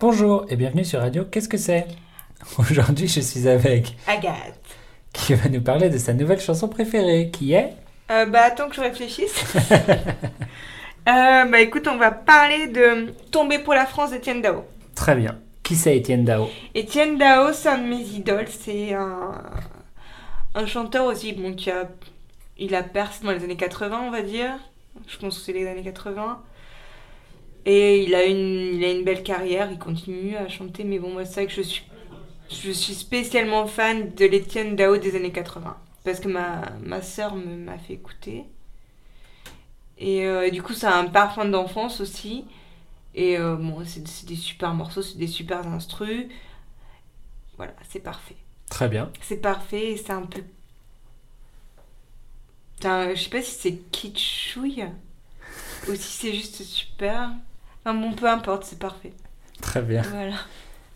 Bonjour et bienvenue sur Radio Qu'est-ce que c'est Aujourd'hui, je suis avec Agathe. qui va nous parler de sa nouvelle chanson préférée qui est Euh, bah attends que je réfléchisse. Euh, bah écoute, on va parler de Tomber pour la France d'Étienne Dao. Très bien. Qui c'est Étienne Dao Étienne Dao, c'est un de mes idoles, c'est un, un chanteur aussi bon, qui a, il a percé dans les années 80, on va dire. Je pense que c'est les années 80. Et il a une, il a une belle carrière, il continue à chanter, mais bon, moi, c'est vrai que je suis, je suis spécialement fan de l'Étienne Dao des années 80. Parce que ma, ma sœur me- m'a fait écouter. Et euh, du coup, ça a un parfum d'enfance aussi. Et euh, bon, c'est c'est des super morceaux, c'est des super instrus. Voilà, c'est parfait. Très bien. C'est parfait et c'est un peu. Putain, je sais pas si c'est kitschouille ou si c'est juste super. Enfin bon, peu importe, c'est parfait. Très bien. Voilà.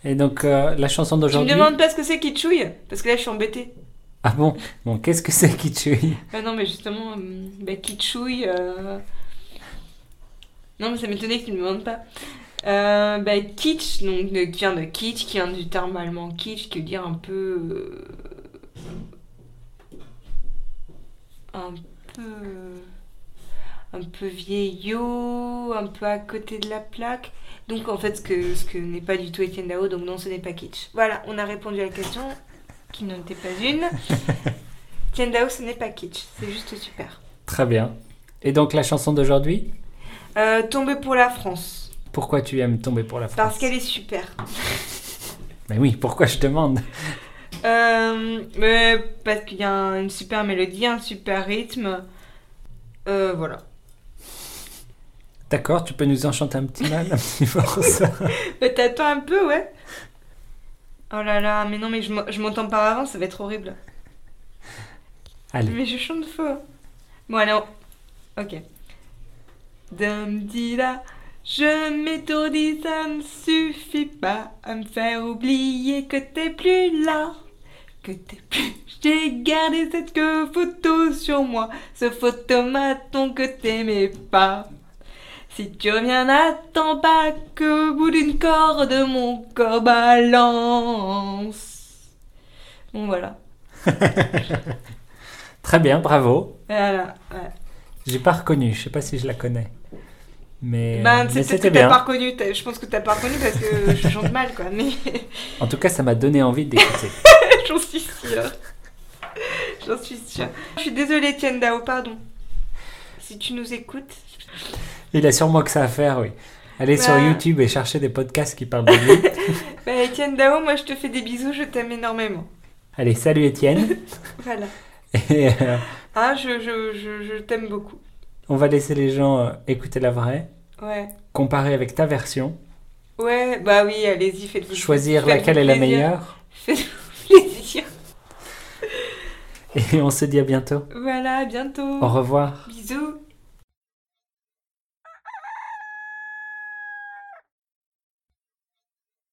Et donc, euh, la chanson Tu me d'aujourd'hui. demandes pas ce que c'est kitschouille Parce que là, je suis embêtée. Ah bon Bon, qu'est-ce que c'est qui tue Bah non, mais justement, euh, bah, kitschouille. euh, Non, mais ça m'étonnait que tu ne me demandes pas. Euh, bah, kitsch, donc, de- qui vient de kitsch, qui vient du terme allemand kitsch, qui veut dire un peu. euh, Un peu. Un peu vieillot, un peu à côté de la plaque. Donc, en fait, ce que, ce que n'est pas du tout Étienne Dao, donc non, ce n'est pas kitsch. Voilà, on a répondu à la question, qui n'en était pas une. Étienne Dao, ce n'est pas kitsch, c'est juste super. Très bien. Et donc, la chanson d'aujourd'hui Euh, tomber pour la France, Pourquoi tu aimes tomber pour la France parce qu'elle est super. Mais oui, pourquoi je demande Euh, mais parce qu'il y a un- une super mélodie, un super rythme. Euh, voilà. D'accord, tu peux nous en chanter un petit mal, un petit morceau Mais t'attends un peu, ouais. Oh là là, mais non, mais je m'en- je m'entends par avant, ça va être horrible. Allez. Mais je chante faux. Bon, allez, on- Ok. Dum di da, je m'étourdis, ça ne suffit pas à me faire oublier que t'es plus là. Que t'es plus. J'ai gardé cette que photo sur moi, ce photomaton que t'aimais pas. Si tu reviens, n'attends pas que au bout d'une corde, mon corps balance. Bon, voilà. Très bien, bravo. Voilà, voilà. J'ai pas reconnu, je sais pas si je la connais. Mais, Ben, euh, mais c'est peut-être que c'était t'as bien. pas reconnu. t'as- Je pense que t'as pas reconnu parce que je chante mal, quoi. Mais En tout cas, ça m'a donné envie d'écouter. j'en suis sûre. J'en suis sûre. Je suis désolée, Etienne Dao, pardon. Si tu nous écoutes. Il a sûrement que ça à faire, oui. Allez sur Bah. YouTube et cherchez des podcasts qui parlent de lui. Bah, Etienne Dao, moi je te fais des bisous, je t'aime énormément. Allez, salut Étienne. Voilà. Et euh, Ah, je, je, je, je t'aime beaucoup. on va laisser les gens euh, écouter la vraie, Ouais. comparer avec ta version, Ouais, bah oui, allez-y, faites-vous choisir faites-vous laquelle est la plaisir. meilleure. Faites-vous plaisir. Et on se dit à bientôt. Voilà, à bientôt. Au revoir. Bisous.